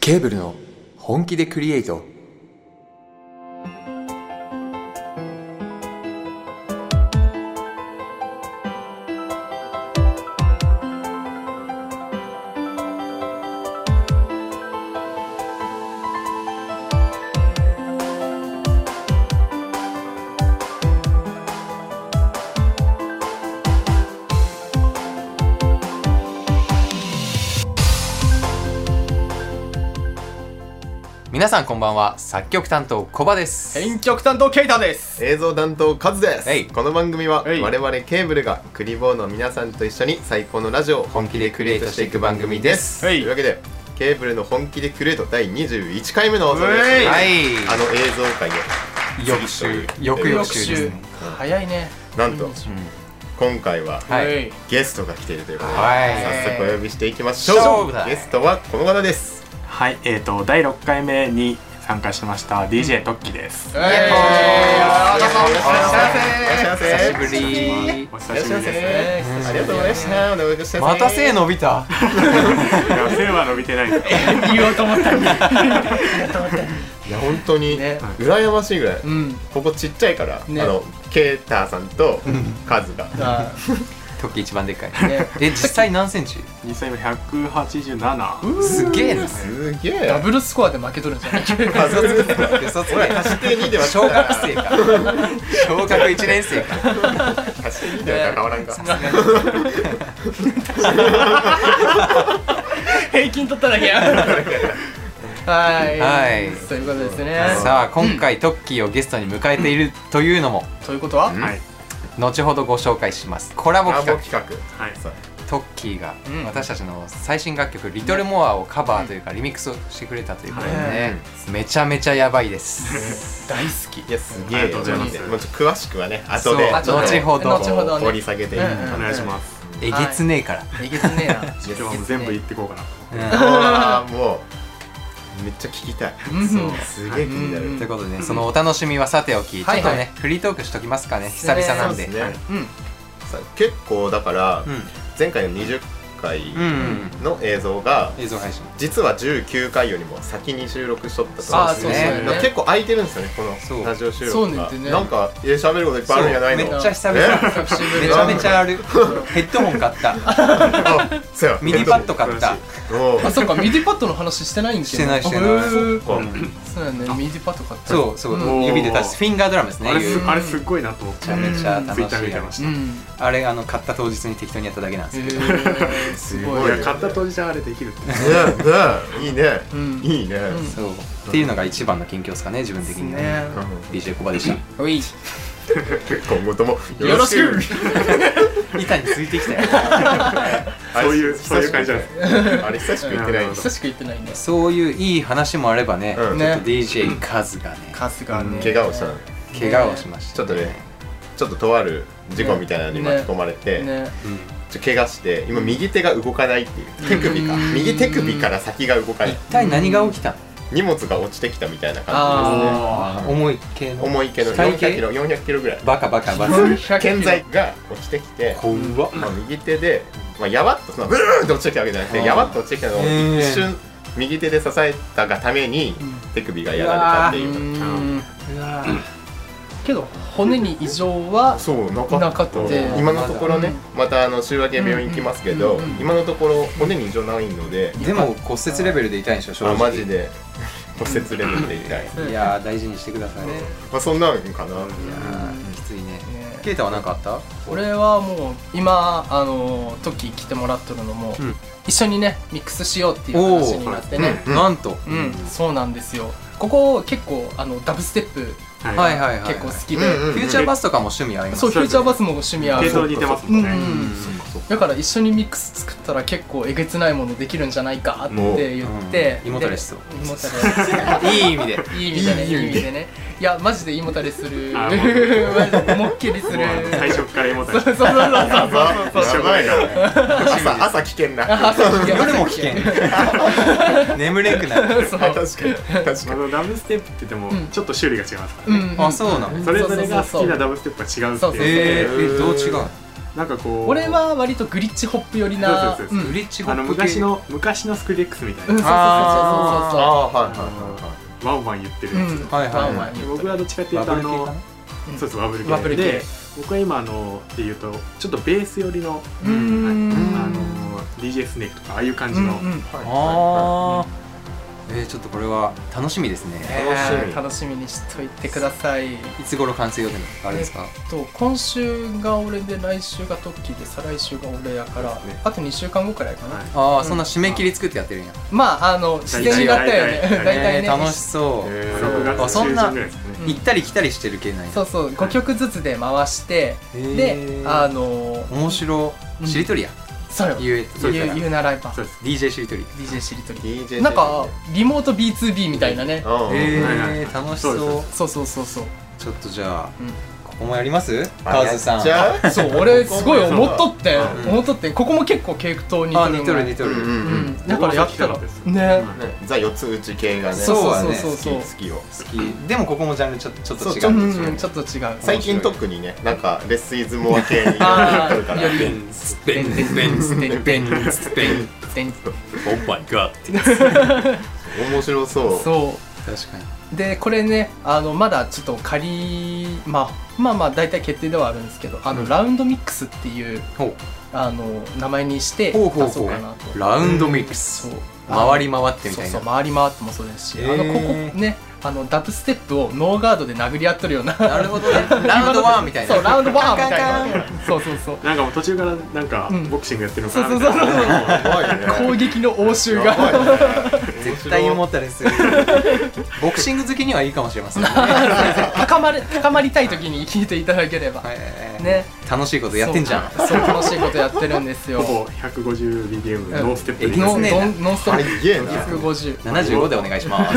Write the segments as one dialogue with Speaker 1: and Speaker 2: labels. Speaker 1: ケーブルの本気でクリエイト皆さんこんばんは作曲担当コバです
Speaker 2: 編曲担当ケイタです
Speaker 3: 映像担当カズです、
Speaker 1: はい
Speaker 3: この番組は
Speaker 2: はい
Speaker 3: 我々ケーブルがクリボーの皆さんと一緒に最高のラジオを本気でクリエイトしていく番組です、
Speaker 2: はい
Speaker 3: というわけでケーブルの本気でクリエイト第21回目の放送です、
Speaker 2: うえい
Speaker 1: はい
Speaker 3: あの映像界で
Speaker 1: 翌週翌々週ですね
Speaker 2: 早いね
Speaker 3: なんと
Speaker 1: うん
Speaker 3: 今回は
Speaker 1: はい
Speaker 2: えい
Speaker 3: ゲストが来ているということで、
Speaker 1: はい
Speaker 3: 早速お呼びしていきまし
Speaker 1: 勝
Speaker 3: ょ
Speaker 1: 負
Speaker 3: う
Speaker 1: だ
Speaker 3: ゲストはこの方です
Speaker 4: はい、えー、と第6回目に参加しました DJ トッキーです。
Speaker 2: えいあどうもいらっしゃいませ
Speaker 3: いらっしゃいま
Speaker 1: 久しぶり
Speaker 4: お久しぶりです。
Speaker 2: え
Speaker 3: ありがとうございましたお願いします
Speaker 1: また背伸び た
Speaker 4: いや、背は伸びてないけど。
Speaker 2: 言おうと思ったんだ
Speaker 3: いや本当に
Speaker 2: ね
Speaker 3: 羨ましいぐらい
Speaker 2: うん
Speaker 3: ここちっちゃいから、
Speaker 2: ね
Speaker 3: あのケーターさんとカズが
Speaker 2: あ
Speaker 1: 時一番でかい
Speaker 2: ね
Speaker 1: え実際何センチ
Speaker 4: 2歳目187。
Speaker 1: すげえな
Speaker 3: すげえ
Speaker 2: ダブルスコアで負けとるんじゃない
Speaker 3: カズ
Speaker 1: 嘘つけ
Speaker 3: 俺足して2では
Speaker 1: 小学生か小学一年生か
Speaker 3: 足して2では変わらんか
Speaker 2: 平均取っただけやは い
Speaker 1: はい
Speaker 2: ということですね
Speaker 1: さあ今回トッキーをゲストに迎えているというのも
Speaker 2: ということは
Speaker 3: うん
Speaker 4: はい、
Speaker 1: 後ほどご紹介しますコラボ
Speaker 3: ラ
Speaker 1: 企
Speaker 3: ボ
Speaker 1: 画
Speaker 3: 企画
Speaker 4: はい、
Speaker 3: さ
Speaker 1: トッキーが
Speaker 2: うん
Speaker 1: 私たちの最新楽曲「リトルモアをカバーというかリミックスをしてくれたということでねめちゃめちゃやばいです
Speaker 2: 大好き
Speaker 3: いやす
Speaker 4: あ
Speaker 3: げ
Speaker 4: り
Speaker 3: え
Speaker 4: がとうございます
Speaker 3: もうちょっと詳しくはね後で
Speaker 1: そう
Speaker 2: 後
Speaker 1: 後
Speaker 2: で
Speaker 1: ほど
Speaker 2: 後ほどね
Speaker 3: 掘り下げていく
Speaker 2: うん
Speaker 4: お願いします。
Speaker 1: えげつねえから
Speaker 2: えげつねえな
Speaker 4: 今日はもう全部言ってこうかなと。
Speaker 1: うん
Speaker 3: あーもうめっちゃ聞きたい
Speaker 2: うん
Speaker 3: そうすげえ気にな
Speaker 2: うん
Speaker 3: る
Speaker 1: ということでねそのお楽しみはさておきちょ
Speaker 2: は
Speaker 1: っ
Speaker 2: い
Speaker 1: と
Speaker 2: はい
Speaker 1: ねフリートークしときますかね久々なんで
Speaker 3: そうですね
Speaker 2: うん
Speaker 3: さ結構だから
Speaker 1: うん
Speaker 3: 前回の20回
Speaker 1: うん
Speaker 3: の映像が
Speaker 1: 映像配信
Speaker 3: 実は19回よりも先に収録しとったと
Speaker 1: あーそうですね
Speaker 3: だから結構空いてるんですよねこ
Speaker 1: そう
Speaker 3: のラジオ収
Speaker 2: そう
Speaker 3: 録
Speaker 2: ねん
Speaker 3: が
Speaker 2: てね
Speaker 3: なんかいや喋ることいっぱいあるんじゃない
Speaker 1: そうめ
Speaker 3: の
Speaker 1: っちゃ久々
Speaker 2: 久しぶり
Speaker 1: めちゃめちゃあるヘッドホン買った
Speaker 3: あそうや
Speaker 1: ミニパッド買った
Speaker 3: おう
Speaker 2: あそっかミディパッドの話してないんけど
Speaker 1: してないしてない
Speaker 2: あへー
Speaker 3: こう
Speaker 2: そうやねミディパッド買った
Speaker 1: そうそ
Speaker 2: ん
Speaker 1: う指で出すフィンガードラムですね
Speaker 4: あれ
Speaker 1: いう
Speaker 4: す
Speaker 1: め
Speaker 4: あれすっごいなと思って。
Speaker 1: ちゃめちゃ楽
Speaker 4: ツイッター
Speaker 1: し
Speaker 4: 見
Speaker 1: い
Speaker 4: て
Speaker 1: や
Speaker 4: ま
Speaker 1: つ
Speaker 4: し
Speaker 2: うん
Speaker 1: あれあの買った当日に適当にやっただけなんです
Speaker 2: へ
Speaker 1: けど
Speaker 2: ーす
Speaker 4: た。
Speaker 2: ご
Speaker 4: い
Speaker 2: い
Speaker 4: や、買った当時じゃあれできるっ
Speaker 3: ね
Speaker 4: て。
Speaker 3: ねいいね、
Speaker 2: うん
Speaker 3: いいね、
Speaker 2: ん
Speaker 1: そうっていうのが一番の近況ですかね自分的には
Speaker 2: ね
Speaker 3: うん
Speaker 1: DJ コバでした
Speaker 2: おい
Speaker 3: 今後とも
Speaker 2: よろしく
Speaker 1: 板についてきたよ
Speaker 4: そういうそういう感じなん
Speaker 3: ですあれ久しく言ってない
Speaker 4: うん
Speaker 2: 久しく言ってないんです
Speaker 1: そういういい話もあればね、
Speaker 3: うん
Speaker 1: ちょっ
Speaker 2: ね
Speaker 1: と DJ カズがね
Speaker 2: 春日ね
Speaker 3: 怪我をしたの
Speaker 1: 怪我をしました、
Speaker 3: ちょっとねちょっととある事故みたいなのに巻き込まれて、
Speaker 2: ね
Speaker 1: うん
Speaker 3: ちょっと怪我して今右手が動かないっていう手首か
Speaker 2: うん
Speaker 3: 右手首から先が動かない
Speaker 1: 一体何が起きたの
Speaker 3: 荷物が落ちてきたみたいな感
Speaker 2: あ
Speaker 1: あー重い系の
Speaker 3: 重いけど
Speaker 1: 体
Speaker 3: 400
Speaker 1: 型
Speaker 3: キロ400キロぐらい
Speaker 1: バカバカバ カ
Speaker 2: あ
Speaker 3: 建材が落ちてきて、
Speaker 1: 怖っ
Speaker 3: まあ、右手で、まあ、やわっとそのブルーンって落ちてきたわけじゃなくて
Speaker 1: あー
Speaker 3: やわっと落ちてきたのを
Speaker 1: ええ
Speaker 3: 一瞬右手で支えたがために手首がやられたっていう
Speaker 2: うん
Speaker 1: うわ
Speaker 2: けど骨に異常は
Speaker 3: そうな
Speaker 2: なかった
Speaker 3: 今のところね、またあの週明け病院行きますけど、
Speaker 2: うんうん
Speaker 3: 今のところ骨に異常ないので、
Speaker 1: でも骨折レベルで痛いんでしょ正直
Speaker 3: あマジで骨折レベルで痛い、
Speaker 1: いやー大事にしてくださいね
Speaker 3: まあ、そんなのかな、
Speaker 1: いやーきついね
Speaker 2: ね
Speaker 1: ケイタは何かあった
Speaker 2: 俺はもう今あのトッキー来てもらっとるのも
Speaker 1: うん
Speaker 2: 一緒にねミックスしようっていう話になってね
Speaker 3: うん
Speaker 1: なんと
Speaker 2: うんそうなんですよここ結構あのダブステップ
Speaker 4: はい
Speaker 1: はいはいはい
Speaker 2: 結構好き
Speaker 3: うんうん
Speaker 2: で
Speaker 1: フューチャーバスとかも趣味あります
Speaker 2: そうフューチャーバスも趣味あ
Speaker 4: 系
Speaker 2: る
Speaker 4: 統似てますもんね。
Speaker 2: うんうん
Speaker 3: そっかそっか
Speaker 2: だから一緒にミックス作ったら結構えげつないものできるんじゃないかって言って、
Speaker 1: うん胃もたれしそう
Speaker 2: で胃もた
Speaker 1: いい意味で
Speaker 2: れいい意味だねい
Speaker 3: い
Speaker 2: い
Speaker 3: い
Speaker 2: 意味
Speaker 3: 意味で
Speaker 2: でねいやマジで胃もたれする マ
Speaker 4: あ
Speaker 2: ジ
Speaker 4: もう
Speaker 2: でもっきりする
Speaker 4: もうあの最初から芋た
Speaker 2: そう
Speaker 4: ち
Speaker 2: そうそうそう
Speaker 3: やばやば いな朝朝危険な確か
Speaker 1: 夜も危険眠れんくなる
Speaker 2: そう
Speaker 3: に確かに
Speaker 4: あのダブステップってでも
Speaker 2: うん
Speaker 4: ちょっと種類が違いますから
Speaker 2: う
Speaker 4: ね。
Speaker 2: ん
Speaker 1: あそうなの
Speaker 4: それぞれが好きな
Speaker 2: だ
Speaker 4: ダブステップは違う
Speaker 2: そう
Speaker 4: っ
Speaker 2: そうそ
Speaker 4: て
Speaker 2: う
Speaker 4: いう。
Speaker 1: えーえどう違うの
Speaker 4: なんかこう
Speaker 2: 俺は割とグリッチホップ寄りな
Speaker 4: そうそう
Speaker 2: う
Speaker 4: そうん
Speaker 1: グリッチゴ
Speaker 4: あの
Speaker 1: ップ
Speaker 4: 昔の昔のスクリックスみたい
Speaker 2: うんそうそうそ
Speaker 1: あ
Speaker 2: うそうそうそう
Speaker 4: な
Speaker 3: あーはいはい
Speaker 4: ワンワン言ってる
Speaker 2: う
Speaker 4: や
Speaker 2: ん
Speaker 4: つ、
Speaker 1: はいはい
Speaker 2: まあまあ言っ
Speaker 4: 僕
Speaker 2: と
Speaker 4: はどっちかっていうとあの
Speaker 2: うん
Speaker 4: そうそうワブル系
Speaker 2: ワブル系
Speaker 4: で僕は今あのっていうとちょっとベース寄りの
Speaker 2: うーん
Speaker 4: あの DJ スネークとかああいう感じの、
Speaker 2: うんうん
Speaker 3: はいはいは
Speaker 1: あーえー、ちょっとこれは楽しみですね
Speaker 3: 楽しみ
Speaker 2: 楽しみにしといてください
Speaker 1: いつ頃完成予定のあれですか
Speaker 2: と今週が俺で来週がトッキーで再来週が俺やから、
Speaker 4: そうですね
Speaker 2: あと2週間後くらいかな、
Speaker 4: はい
Speaker 1: あ
Speaker 2: う
Speaker 1: あ
Speaker 2: ん
Speaker 1: そんな締め切り作ってやってるんや
Speaker 2: まああの自然になったよね
Speaker 4: 大
Speaker 2: 大
Speaker 4: 体
Speaker 2: 体
Speaker 1: え
Speaker 2: ね、
Speaker 1: ー、楽しそ
Speaker 3: いうへ
Speaker 4: 6
Speaker 3: ー
Speaker 1: あ
Speaker 4: 月
Speaker 1: そん
Speaker 4: 中
Speaker 1: な
Speaker 4: 旬ぐらいですね
Speaker 2: うん
Speaker 1: 行ったり来たりしてる系なんや
Speaker 2: そうそう5曲ずつで回して、
Speaker 1: へー
Speaker 2: であのー
Speaker 1: 面白
Speaker 2: うん
Speaker 1: しりとりや
Speaker 2: そうよ
Speaker 1: ゆえ
Speaker 4: そう
Speaker 2: ゆ
Speaker 4: だ
Speaker 2: うゆうなライバ
Speaker 4: そう
Speaker 2: ー
Speaker 4: です
Speaker 1: DJ しりとり
Speaker 2: DJ しりとり
Speaker 3: DJ
Speaker 2: なんかリモート B2B みたいなね
Speaker 3: うん
Speaker 4: はい
Speaker 1: え
Speaker 4: はい
Speaker 1: ー、楽しそう
Speaker 4: そうで
Speaker 2: そうそうそうそう、
Speaker 1: ちょっとじゃあ
Speaker 2: う
Speaker 1: ここもやりますカズさん
Speaker 3: あやっちゃう
Speaker 2: うん、そう俺すごい思っとってん
Speaker 3: うん
Speaker 2: 思っとってんここも結構系統に
Speaker 1: あ似とる似と
Speaker 3: うんう
Speaker 1: る
Speaker 3: ん
Speaker 2: う
Speaker 3: うん
Speaker 2: んだからやったら
Speaker 4: 僕もそう聞きたかった
Speaker 2: ね
Speaker 4: うん
Speaker 3: ねザ四つ打ち系がね
Speaker 2: そう
Speaker 1: そう
Speaker 2: そう
Speaker 1: ね
Speaker 2: そうそう
Speaker 3: 好き好きよ
Speaker 1: 好きでもここもジャンルちょっとちょっと
Speaker 3: そう
Speaker 1: 違
Speaker 3: ちょ
Speaker 1: う
Speaker 3: っ
Speaker 1: ん
Speaker 3: と
Speaker 1: ですよ
Speaker 2: うんちょっと違う
Speaker 3: 最近特にねなんかレッスイズモア系に
Speaker 2: あ
Speaker 3: なるか
Speaker 2: ー
Speaker 3: ら
Speaker 2: より
Speaker 1: ベンスベンスベンスベンスベンスベンス
Speaker 2: 全
Speaker 1: オーマイガーって
Speaker 3: 面白そう
Speaker 2: そ
Speaker 1: 確かに
Speaker 2: うでこれねあのまだちょっと仮、まあ、まあまあ大体決定ではあるんですけどあの、
Speaker 1: うん
Speaker 2: ラウンドミックスっていう
Speaker 1: ほう
Speaker 2: あの名前にして
Speaker 1: ほうほう
Speaker 2: 出
Speaker 1: ほ
Speaker 2: そううかなと
Speaker 1: ラウンドミックス
Speaker 2: そう
Speaker 1: 回り回ってみ
Speaker 2: そう
Speaker 1: たい
Speaker 2: そう
Speaker 1: な
Speaker 2: 回り回ってもそうですし、あの
Speaker 1: へ
Speaker 2: こ
Speaker 1: ー
Speaker 2: こねあのダブステップをノーガードで殴り合っとるような
Speaker 1: なるほどねラウンドワンみたいな
Speaker 2: そうラウンドワンみ
Speaker 1: カ
Speaker 2: た
Speaker 1: ン
Speaker 2: い
Speaker 1: カン
Speaker 2: なそうそうそう
Speaker 4: なんかもう途中からなんか
Speaker 2: うん
Speaker 4: ボクシングやってるの
Speaker 2: そ
Speaker 4: か
Speaker 2: う
Speaker 4: な
Speaker 2: そうそう
Speaker 4: みたいな
Speaker 2: そう
Speaker 3: やばいね
Speaker 2: 攻撃の応酬
Speaker 3: やば
Speaker 2: が
Speaker 3: いね
Speaker 1: 絶対思ったりするボクシング好きにはいいかもしれませんね
Speaker 2: 高まる高まりたい時に聞いていただければ、
Speaker 1: えー
Speaker 2: ね
Speaker 1: 楽しいことやってんじゃん
Speaker 2: そうそう楽しいことやってるんですよ
Speaker 4: ほぼ 150BPM のノーステップ
Speaker 1: えノー
Speaker 2: ノンノンノンスト
Speaker 3: あ
Speaker 2: ッ
Speaker 3: れ
Speaker 2: プ
Speaker 3: 言えな
Speaker 2: 150
Speaker 1: 75でお願いします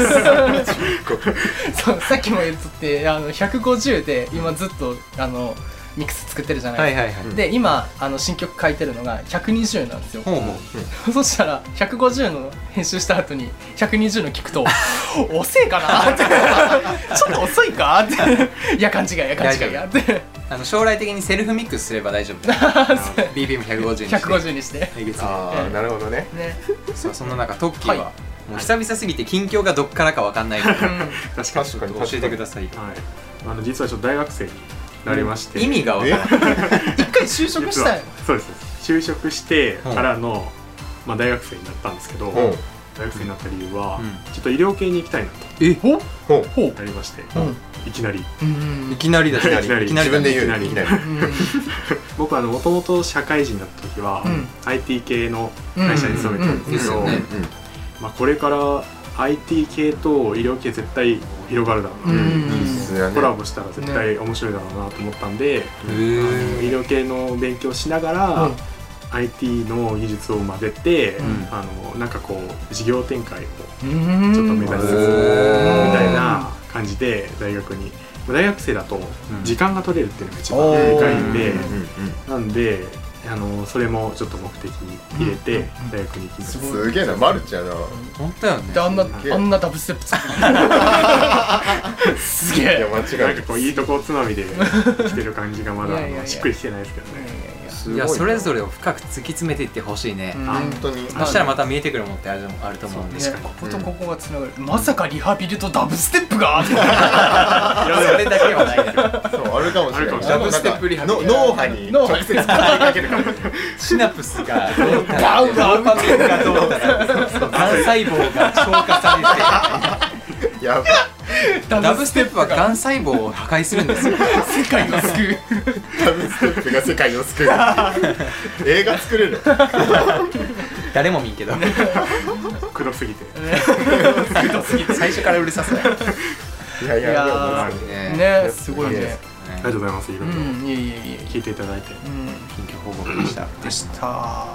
Speaker 2: そうさっきも言っとってあの150で今ずっとあのミックス作ってるじゃないですか、
Speaker 1: はいはいはい
Speaker 2: で今あの新曲書いてるのが120なんですよ
Speaker 1: ほうほう
Speaker 2: そしたら150の編集した後に120の聞くと 「遅いかな?」って 「ちょっと遅いか?」って「いや勘違いや勘違いや」って
Speaker 1: あの将来的にセルフミックスすれば大丈夫 BPM150 にして
Speaker 2: 150にして
Speaker 1: えげつな
Speaker 3: ああなるほどね
Speaker 2: ね
Speaker 1: いさあそんな中トッキーは、
Speaker 2: は
Speaker 1: もう久々すぎて近況がどっからかわかんないけど
Speaker 4: 確かに
Speaker 3: 確かに
Speaker 1: 教えてくだ
Speaker 3: さ
Speaker 1: さい
Speaker 4: はいあの実はちょっと大学生になりまして、
Speaker 1: 意味がわからない
Speaker 2: 一回就職
Speaker 4: 実
Speaker 2: し
Speaker 4: は
Speaker 2: たい
Speaker 4: そうです就職してからの、まあ、大学生になったんですけど、
Speaker 3: ほう
Speaker 4: 大学生になった理由は、
Speaker 1: うん
Speaker 4: ちょっと医療系に行きたいな
Speaker 1: え
Speaker 2: ほ
Speaker 3: ほう
Speaker 2: ほ
Speaker 4: となりまして、
Speaker 2: うん
Speaker 4: いきなり
Speaker 2: うん
Speaker 1: いきなりだし
Speaker 4: いきなり
Speaker 3: 自分で
Speaker 1: う
Speaker 3: 言
Speaker 4: いうき
Speaker 3: いき
Speaker 4: な
Speaker 3: な
Speaker 4: り
Speaker 3: り
Speaker 4: 僕はもともと社会人だった時は、
Speaker 2: うん
Speaker 4: IT 系の会社に勤めてたんですけど、
Speaker 1: うんうんうんうんです
Speaker 4: まあ、これから IT 系と医療系絶対広がるだろうな、
Speaker 2: うん
Speaker 3: いいっすよね
Speaker 4: コラボしたら絶対面白いだろうなと思ったんで、あの医
Speaker 1: ー
Speaker 4: 療系の勉強しながら、
Speaker 2: うん
Speaker 4: IT の技術を混ぜて、
Speaker 1: ん
Speaker 4: あのなんかこう事業展開を
Speaker 2: うん
Speaker 4: ちょっと
Speaker 1: う
Speaker 4: 目指すみ
Speaker 1: ん
Speaker 4: たいな感じで大学にまあ大学生だと時間が取れるっていうのが一番
Speaker 2: おー
Speaker 4: でかいんで
Speaker 3: うんうん
Speaker 4: なんであのそれもちょっと目的に入れて大学に行きますす
Speaker 2: ごい
Speaker 3: すげえなマルチやな
Speaker 1: 本当よね
Speaker 2: であんな
Speaker 4: す
Speaker 3: げえ
Speaker 2: あんなダブステップ作るすげえ
Speaker 3: いや間
Speaker 4: な
Speaker 3: 違
Speaker 4: ん
Speaker 3: い
Speaker 4: か
Speaker 3: ない
Speaker 4: こういいとこおつまみで 来てる感じがまだあ
Speaker 2: いやいやいや
Speaker 4: のしっくりきてないですけどね
Speaker 3: すご
Speaker 1: い
Speaker 3: いな
Speaker 1: やそれぞれを深く突き詰めていってほしいね、
Speaker 2: うん
Speaker 4: あ
Speaker 3: 本当に
Speaker 1: そしたらまた見えてくるもんってあるあると思うんで
Speaker 2: ね
Speaker 1: すけど
Speaker 2: こことここがつながる、まさかリハビリとダブステップが
Speaker 1: それだけはないけど
Speaker 3: そうあるかもしれ
Speaker 4: ある
Speaker 3: な
Speaker 4: かも
Speaker 3: い
Speaker 4: しれない
Speaker 1: ダ
Speaker 3: なんか
Speaker 1: ブルステップリハビリ
Speaker 3: の脳波に
Speaker 2: 脳
Speaker 3: 直
Speaker 2: 波
Speaker 3: 接語りかけるから
Speaker 1: シナプスがどうた
Speaker 2: ガ
Speaker 1: ら
Speaker 2: ウガウ
Speaker 1: ドーパミンがどうたらそうがん細胞が消化されて
Speaker 3: やばい
Speaker 1: ダブステップはがん細胞を破壊するんですよ
Speaker 2: 世界を救う
Speaker 3: ダブルステップが世界を救う映画作れる
Speaker 1: 誰も見んけど
Speaker 4: 黒すぎて
Speaker 1: 最初からうるさそうや
Speaker 3: いやいや
Speaker 2: いやー
Speaker 3: でもまあ
Speaker 1: ね
Speaker 2: ねすごいね
Speaker 4: ありがとうございますいろ
Speaker 2: う
Speaker 4: いろ
Speaker 2: んいえいえいえ
Speaker 4: 聞いていただいて
Speaker 2: うん
Speaker 1: 近況報告でした
Speaker 2: でした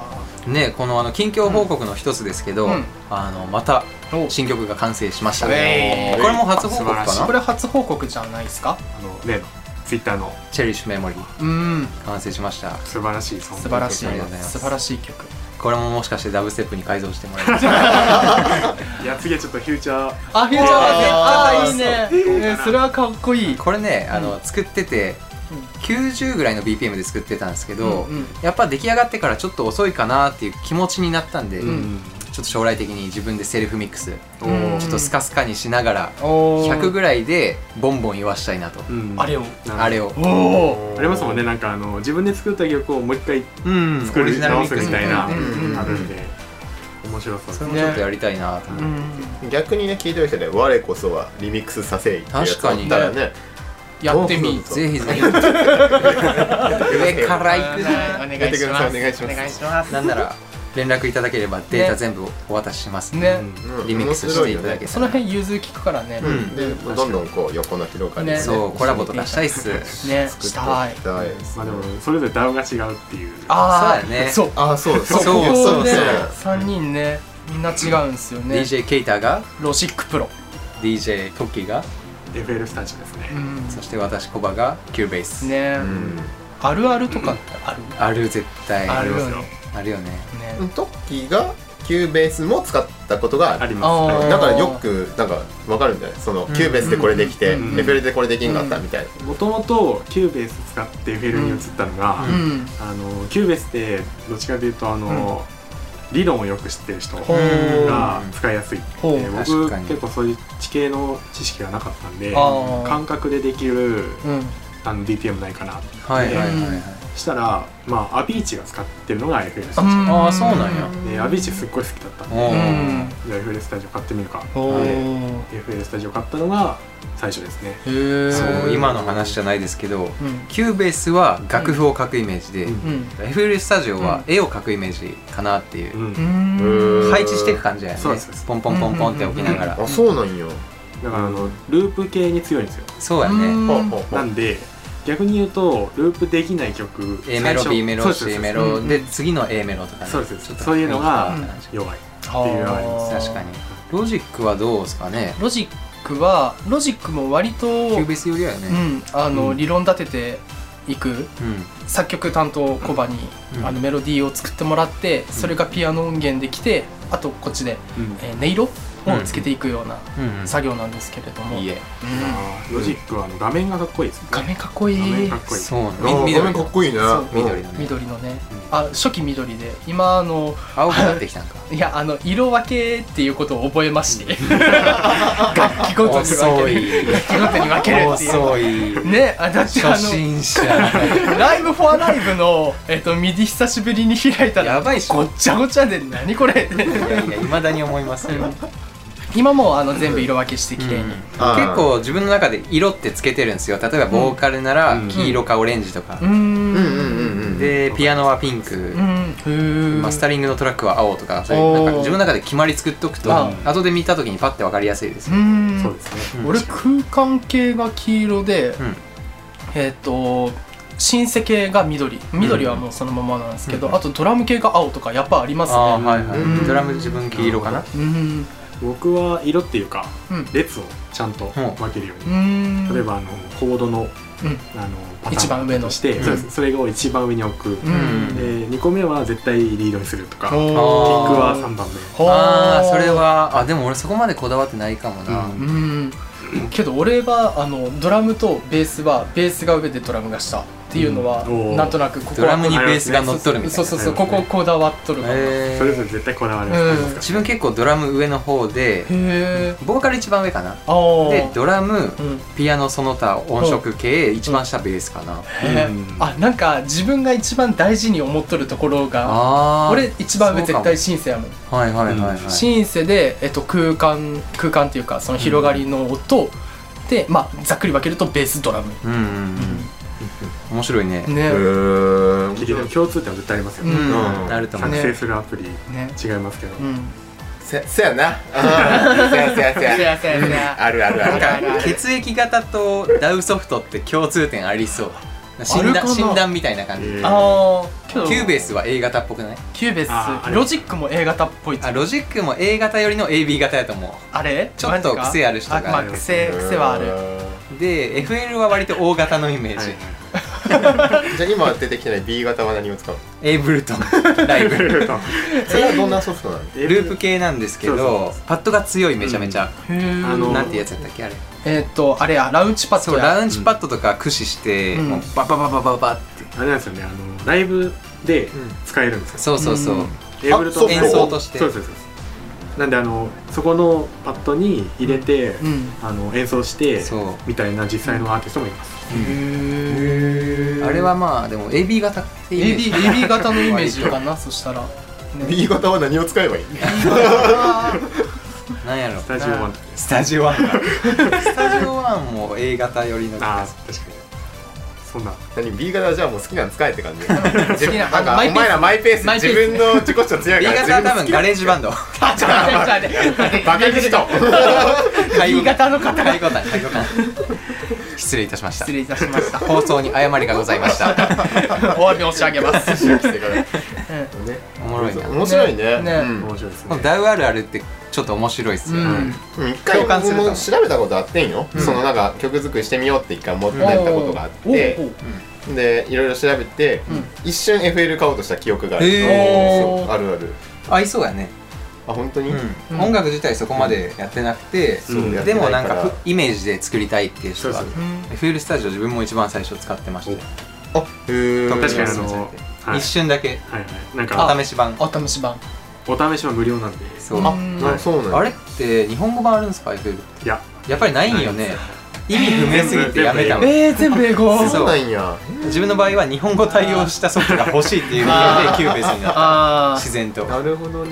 Speaker 1: ねこのあの近況報告の一つですけど、
Speaker 2: うん
Speaker 1: あのまた
Speaker 2: お
Speaker 1: 新曲が完成しました、
Speaker 2: ウェ
Speaker 1: これも初報告
Speaker 4: 素晴
Speaker 1: からな
Speaker 2: これ初報告じゃないですか
Speaker 4: あの例のツイッターの
Speaker 1: 「チェリッシュメモリー
Speaker 2: うん」
Speaker 1: 完成しました
Speaker 4: 素晴らしい素
Speaker 2: 素晴らしい
Speaker 1: ありがとうございます
Speaker 2: 素晴らしい曲
Speaker 1: これももしかしてダブステップに改造してもらいま した
Speaker 4: いや次はちょっとフューチャー
Speaker 2: あフューチャー
Speaker 3: うわー
Speaker 2: あいいね
Speaker 4: そう
Speaker 2: ねそれはかっこいい
Speaker 1: これねあの、作ってて90ぐらいの BPM で作ってたんですけど、
Speaker 2: うんうん
Speaker 1: やっぱ出来上がってからちょっと遅いかなっていう気持ちになったんで、
Speaker 2: うん
Speaker 1: ちょっと将来的に自分でセルフミックス、
Speaker 2: うん
Speaker 1: ちょっとスカスカにしながら
Speaker 2: おー
Speaker 1: 100ぐらいでボンボン言わしたいなと、
Speaker 4: うん
Speaker 2: あれを
Speaker 1: あれを、
Speaker 2: おお
Speaker 4: ありますもんねなんかあの自分で作った曲をもう一回
Speaker 1: うん
Speaker 4: 作り直すみたいなあ
Speaker 1: うんうんうんうん
Speaker 4: るんで面白そう
Speaker 1: それもちょっとやりたいなと思って、
Speaker 3: 逆にね聞いてる人で「我こそはリミックスさせい」ってやつだったらね
Speaker 2: やってみ
Speaker 3: そう
Speaker 1: ぜひ ぜひ上から行くな
Speaker 2: お願
Speaker 3: やっ
Speaker 2: い
Speaker 3: て
Speaker 2: し
Speaker 3: くださ
Speaker 2: ま
Speaker 3: い
Speaker 2: す
Speaker 3: お願いします
Speaker 2: お願いします
Speaker 1: なんなら連絡いただければデータ全部お渡ししますんで、
Speaker 2: ね
Speaker 3: うん
Speaker 1: リミックスしていただけ
Speaker 3: 面白よね
Speaker 1: た
Speaker 2: そ
Speaker 1: ら
Speaker 2: の辺融通聞くからね
Speaker 1: うん
Speaker 3: でどんどんこう横の広がりで
Speaker 2: ね
Speaker 3: ね
Speaker 1: そうコラボとかしたいっす
Speaker 2: ね
Speaker 3: 作って
Speaker 2: したい
Speaker 3: きたい
Speaker 4: まあでもそれぞれダウが違うっていう
Speaker 2: ああ
Speaker 1: そうだね
Speaker 2: そう
Speaker 3: あそう
Speaker 1: そう
Speaker 2: ここ
Speaker 1: そう
Speaker 2: ね
Speaker 1: そう
Speaker 2: 3人ねみんな違うんすよね
Speaker 1: DJ ケイターが
Speaker 2: ロシックプロ
Speaker 1: DJ トッキーが
Speaker 4: FL スタジオですね
Speaker 2: うん
Speaker 1: そして私コバがキューベース、
Speaker 2: ね
Speaker 3: うん
Speaker 2: あるあるとかってある
Speaker 1: ある絶対
Speaker 2: あ
Speaker 1: あ
Speaker 2: る
Speaker 1: る
Speaker 2: よね
Speaker 4: ありま
Speaker 1: よね
Speaker 2: ね
Speaker 3: トッキーがキューベースも使ったことがあ
Speaker 4: あ
Speaker 3: る
Speaker 4: ります
Speaker 2: あ
Speaker 4: ね
Speaker 2: ー
Speaker 3: だからよくなんか分かるんじゃないその
Speaker 1: うん
Speaker 3: キューベースでこれできて
Speaker 4: うん
Speaker 3: レベルでこれできんかったみたいな
Speaker 4: もともとキューベース使って FL に移ったのが、
Speaker 1: うん
Speaker 2: うん
Speaker 4: あのキューベースってどっちかというとあの、理論をよく知ってる人
Speaker 2: ほう
Speaker 4: が使いやすいって
Speaker 2: ほう
Speaker 1: 確
Speaker 4: 僕
Speaker 1: かに
Speaker 4: 結構そういう地形の知識がなかったんで
Speaker 2: あー
Speaker 4: 感覚でできる
Speaker 2: うん
Speaker 4: あの DTM ないかなって
Speaker 1: はいはいはいはい、
Speaker 2: うん
Speaker 4: したらまあアビーチが使ってるのが FL スタジ
Speaker 1: あーそうなんや
Speaker 4: オでアビーチすっごい好きだったんで
Speaker 1: お
Speaker 2: うん
Speaker 4: じゃあ FL スタジオ買ってみるか
Speaker 2: おお
Speaker 4: で FL スタジオ買ったのが最初ですね
Speaker 2: へえ
Speaker 1: そう今の話じゃないですけど
Speaker 2: うん
Speaker 1: キューベースは楽譜を書くイメージで、
Speaker 4: うん
Speaker 2: うん
Speaker 1: FL スタジオは絵を描くイメージかなっていうう、
Speaker 2: う
Speaker 4: ん
Speaker 2: ん
Speaker 3: うん
Speaker 1: 配置していく感じだよね
Speaker 4: そうですそうです
Speaker 1: ポンポンポンポンって置きながら、
Speaker 3: あそうなんよ
Speaker 4: だからあのループ系に強いんですよ
Speaker 1: そうやね
Speaker 3: ほうほうほう
Speaker 4: なんで逆に言うとループできない曲
Speaker 1: A メロ B メロ
Speaker 4: そう
Speaker 1: C
Speaker 4: です
Speaker 1: メ
Speaker 2: うんう
Speaker 1: ロ
Speaker 2: ん
Speaker 1: で次の A メロとかね
Speaker 4: そうです
Speaker 1: ちょっと
Speaker 4: そういうのが
Speaker 1: 雰囲気変わった感じ
Speaker 2: あ
Speaker 4: 弱いっていうのがあります
Speaker 1: 確
Speaker 2: ー
Speaker 1: かにロジックはどうですかね
Speaker 2: ロジックはロジックも割と
Speaker 1: キューベースよりはよ
Speaker 2: う
Speaker 1: ね
Speaker 2: んあの、
Speaker 4: うん
Speaker 2: 理論立てていく
Speaker 1: うん
Speaker 2: 作曲担当コバに、
Speaker 1: うん
Speaker 2: あのメロディーを作ってもらってそれがピアノ音源できてあとこっちで、
Speaker 4: うん
Speaker 2: えー音色をつけていくような
Speaker 1: うん
Speaker 2: 作業なんですけれども、
Speaker 1: いいえ
Speaker 2: うん
Speaker 4: あーロジックはあの画面がかっこいいですね
Speaker 2: 画面かっこい
Speaker 4: 画面
Speaker 2: い
Speaker 4: かっこいい
Speaker 1: そうな
Speaker 3: あ
Speaker 1: の
Speaker 3: ー
Speaker 1: み
Speaker 3: 画面
Speaker 1: 緑
Speaker 3: かっこいいね
Speaker 2: そう
Speaker 1: 緑だね
Speaker 2: 緑のね
Speaker 4: うん
Speaker 2: あ初期緑で今あの
Speaker 1: 青くなってきたんか
Speaker 2: いやあの色分けっていうことを覚えまして 楽器ごとに分
Speaker 1: 遅
Speaker 2: ける
Speaker 1: い
Speaker 2: 楽器ごとに分けるっていう
Speaker 1: 遅い
Speaker 2: ねあだってあの
Speaker 1: 初心者
Speaker 2: ライブフォアライブの、えっと、ミディ久しぶりに開いたら
Speaker 1: やばいっしょ
Speaker 2: ごっちゃごちゃで何これ
Speaker 1: いやいや未だに思いますよ
Speaker 2: 今もうあの全部色分けして綺麗に、
Speaker 3: あー
Speaker 1: 結構自分の中で色ってつけてるんですよ例えばボーカルなら
Speaker 4: うん
Speaker 1: 黄色かオレンジとか
Speaker 2: うー、ん
Speaker 3: うんうんうんうん
Speaker 1: でピアノはピンク、
Speaker 2: うんふー
Speaker 1: マスタリングのトラックは青とかそういうなんか
Speaker 2: おー
Speaker 1: 自分の中で決まり作っとくと
Speaker 2: あ
Speaker 1: 後で見た時にパッて分かりやすいです
Speaker 2: う
Speaker 1: よ、
Speaker 2: ー
Speaker 4: そうんですね
Speaker 1: うん
Speaker 2: 俺空間系が黄色で、
Speaker 1: うん
Speaker 2: えっ、とシンセ系が緑緑はもうそのままなんですけど、
Speaker 1: うん
Speaker 2: あとドラム系が青とかやっぱあります
Speaker 1: ああ
Speaker 2: ね
Speaker 1: はいはい、
Speaker 4: うん
Speaker 1: ドラム自分黄色かな
Speaker 2: うん
Speaker 4: 僕は色っていうか
Speaker 2: うん
Speaker 4: 列をちゃんと分けるよう
Speaker 2: う
Speaker 4: に、
Speaker 2: ん
Speaker 4: 例えばあのコードの
Speaker 2: うん
Speaker 4: あの
Speaker 2: 一番上の
Speaker 4: として、
Speaker 1: うん
Speaker 4: そうですそれを一番上に置く、
Speaker 2: うん
Speaker 4: で2個目は絶対リードにするとか、ピ
Speaker 1: あ
Speaker 4: ック
Speaker 1: ー僕
Speaker 4: は3番
Speaker 2: ほー
Speaker 1: ああそれはあでも俺そこまでこだわってないかもな、
Speaker 4: うん
Speaker 2: うんけど俺はあのドラムとベースはベースが上でドラムが下っていうのは、
Speaker 4: うんおー
Speaker 2: なんとなくここ
Speaker 1: ド
Speaker 2: は
Speaker 1: ラムにベースが乗っとるみたいな
Speaker 2: そうそうそうこここだわっとるかなへ
Speaker 1: へ
Speaker 4: 目
Speaker 1: ー
Speaker 4: それぞれ絶対こだわりま
Speaker 2: うん
Speaker 4: す、
Speaker 1: 自分結構ドラム上の方で
Speaker 2: え
Speaker 1: ボーカル一番上かな
Speaker 2: ああ
Speaker 1: でドラム
Speaker 2: うんへ
Speaker 1: ピアノその他音色系一番下ベースかな
Speaker 2: ーあなんか自分が一番大事に思っとるところが
Speaker 1: あー
Speaker 2: 俺一番
Speaker 1: そ
Speaker 2: 上
Speaker 1: うか
Speaker 2: 絶
Speaker 1: も
Speaker 2: 対シンセやもん
Speaker 1: はいはいはいはい
Speaker 2: シンセで、えっと、空間空間っていうかその広がりの音、でまあざっくり分けるとベースドラム、
Speaker 1: うんうんうん面白いね
Speaker 2: ね、
Speaker 3: へー
Speaker 4: 結局共通点は絶対ありますよ
Speaker 1: う
Speaker 4: ね、
Speaker 1: ん
Speaker 3: うん
Speaker 1: なると思う
Speaker 4: 作成するアプリ
Speaker 2: ね
Speaker 4: 違いますけど、
Speaker 2: うん
Speaker 3: せせやなうんせやせやせ
Speaker 2: せ
Speaker 3: や
Speaker 2: やせやせや
Speaker 3: あるあるあ
Speaker 1: な
Speaker 3: る
Speaker 1: んか血液型とダウソフトって共通点ありそう診
Speaker 2: あるか
Speaker 1: 断
Speaker 2: な
Speaker 1: 診断みたいな感じ
Speaker 4: えー
Speaker 2: ああ、
Speaker 1: キューベー
Speaker 2: ス。
Speaker 1: スは A 型っぽくない
Speaker 2: キューベ
Speaker 4: あーあ
Speaker 2: ス。
Speaker 4: れ
Speaker 2: ロジックも A 型っぽいって
Speaker 1: あロジックも A 型よりの AB 型やと思
Speaker 2: あれ
Speaker 1: ちょっと
Speaker 2: マジか
Speaker 1: 癖ある人が
Speaker 2: まあ、癖、癖はある。
Speaker 1: うで FL は割と O 型のイメージ
Speaker 3: じゃあ今出てきてない B 型は何を使うの
Speaker 1: エイブルトンライブル
Speaker 3: それはどんなソフトなの
Speaker 1: ープ系なんですけど
Speaker 4: そう
Speaker 1: パッドが強いめちゃめちゃ、
Speaker 2: へえ
Speaker 4: あの
Speaker 1: なんていうやつだったっけあれ
Speaker 2: えーっとあれやラウンチパッ
Speaker 1: そう
Speaker 2: ドや
Speaker 1: ラウンチパッドとか駆使して、
Speaker 2: うん
Speaker 1: もうババババババって
Speaker 4: あれなんですよねあのライブで使えるんですよ、
Speaker 1: そうそうそう、
Speaker 2: うん
Speaker 4: エイブルトンの
Speaker 3: 演奏
Speaker 1: として
Speaker 4: そうですそうですなんであのそこのパッドに入れて、
Speaker 2: うん
Speaker 4: あの演奏して
Speaker 1: そ
Speaker 4: みたいな実際のアーティストもいます、
Speaker 2: へ
Speaker 1: う
Speaker 2: え
Speaker 1: あれはまあでも AB 型ってイメージ
Speaker 2: AB, AB 型のイメージ かなそしたら、ね、
Speaker 3: B 型は何を使えばいい
Speaker 1: なんやろ
Speaker 4: スタジオは
Speaker 1: スタジオワンかスタジオワンも A 型寄りの
Speaker 4: ああ確かにそんな
Speaker 3: 何 B 型はじゃあもう好きなの使えって感じ
Speaker 2: 好きな
Speaker 3: なんか
Speaker 2: マイペー
Speaker 3: お
Speaker 2: ス
Speaker 3: 前らマイペース
Speaker 2: マイペー
Speaker 3: 自
Speaker 2: ス
Speaker 3: 分の自己主張強
Speaker 1: B
Speaker 3: いから
Speaker 1: 型は多分ガレージバンド
Speaker 2: ちょっと待ってちょっと 待って
Speaker 3: バカにしと
Speaker 2: B 型 の方
Speaker 1: 介護官介護官失礼いたしました
Speaker 2: 失礼いたしました
Speaker 1: 放送に誤りがございました
Speaker 2: お詫び申し上 げます
Speaker 1: おもろいな
Speaker 3: 面白いね
Speaker 2: ね
Speaker 3: うん
Speaker 4: 面白いです
Speaker 1: こ
Speaker 4: ね
Speaker 1: のダウあるあるってちょっと面白いっす
Speaker 2: う
Speaker 1: よ、ね
Speaker 2: ん
Speaker 3: うん一回
Speaker 1: 共感す
Speaker 3: 僕
Speaker 1: るか
Speaker 3: も
Speaker 1: も
Speaker 3: 調べたことあってんよ、
Speaker 2: うん
Speaker 3: そのなんか曲作りしてみようって一回思ってたことがあって
Speaker 2: おうおう
Speaker 3: でいろいろ調べて、一瞬 FL 買おうとした記憶がある、
Speaker 1: へ
Speaker 2: ー
Speaker 3: そうあるある
Speaker 1: 合いそうやね、
Speaker 3: あ本当に、
Speaker 1: う、
Speaker 2: うんん
Speaker 1: 音楽自体そこまでやってなくて、
Speaker 4: うん
Speaker 3: そうやって
Speaker 1: で
Speaker 3: い
Speaker 1: もなん
Speaker 3: ら
Speaker 1: かふイメージで作りたいっていう人が
Speaker 4: そうそ
Speaker 2: う
Speaker 4: う
Speaker 2: ん、
Speaker 1: FL スタジオ自分も一番最初使ってました
Speaker 3: あへー
Speaker 1: 特
Speaker 4: 確かにあ
Speaker 1: すい
Speaker 4: の
Speaker 1: ません
Speaker 4: はい
Speaker 1: 一瞬だけ
Speaker 4: はいはいなんか
Speaker 1: お試し版
Speaker 2: お試し版
Speaker 4: お試しは無料なんで
Speaker 1: そう
Speaker 2: あ
Speaker 1: あ
Speaker 3: あそうなんだ
Speaker 1: あれって日本語版あるんですか FL
Speaker 4: いや
Speaker 1: やっぱりないんよね意味不明すぎてやめたもん
Speaker 2: えー、全部英語
Speaker 1: そ
Speaker 3: そううなんや
Speaker 1: 自分の場合は日本語対応したソフトが欲しいっていう理由でキューベースになった
Speaker 2: あ
Speaker 1: 自然と
Speaker 3: なるほどね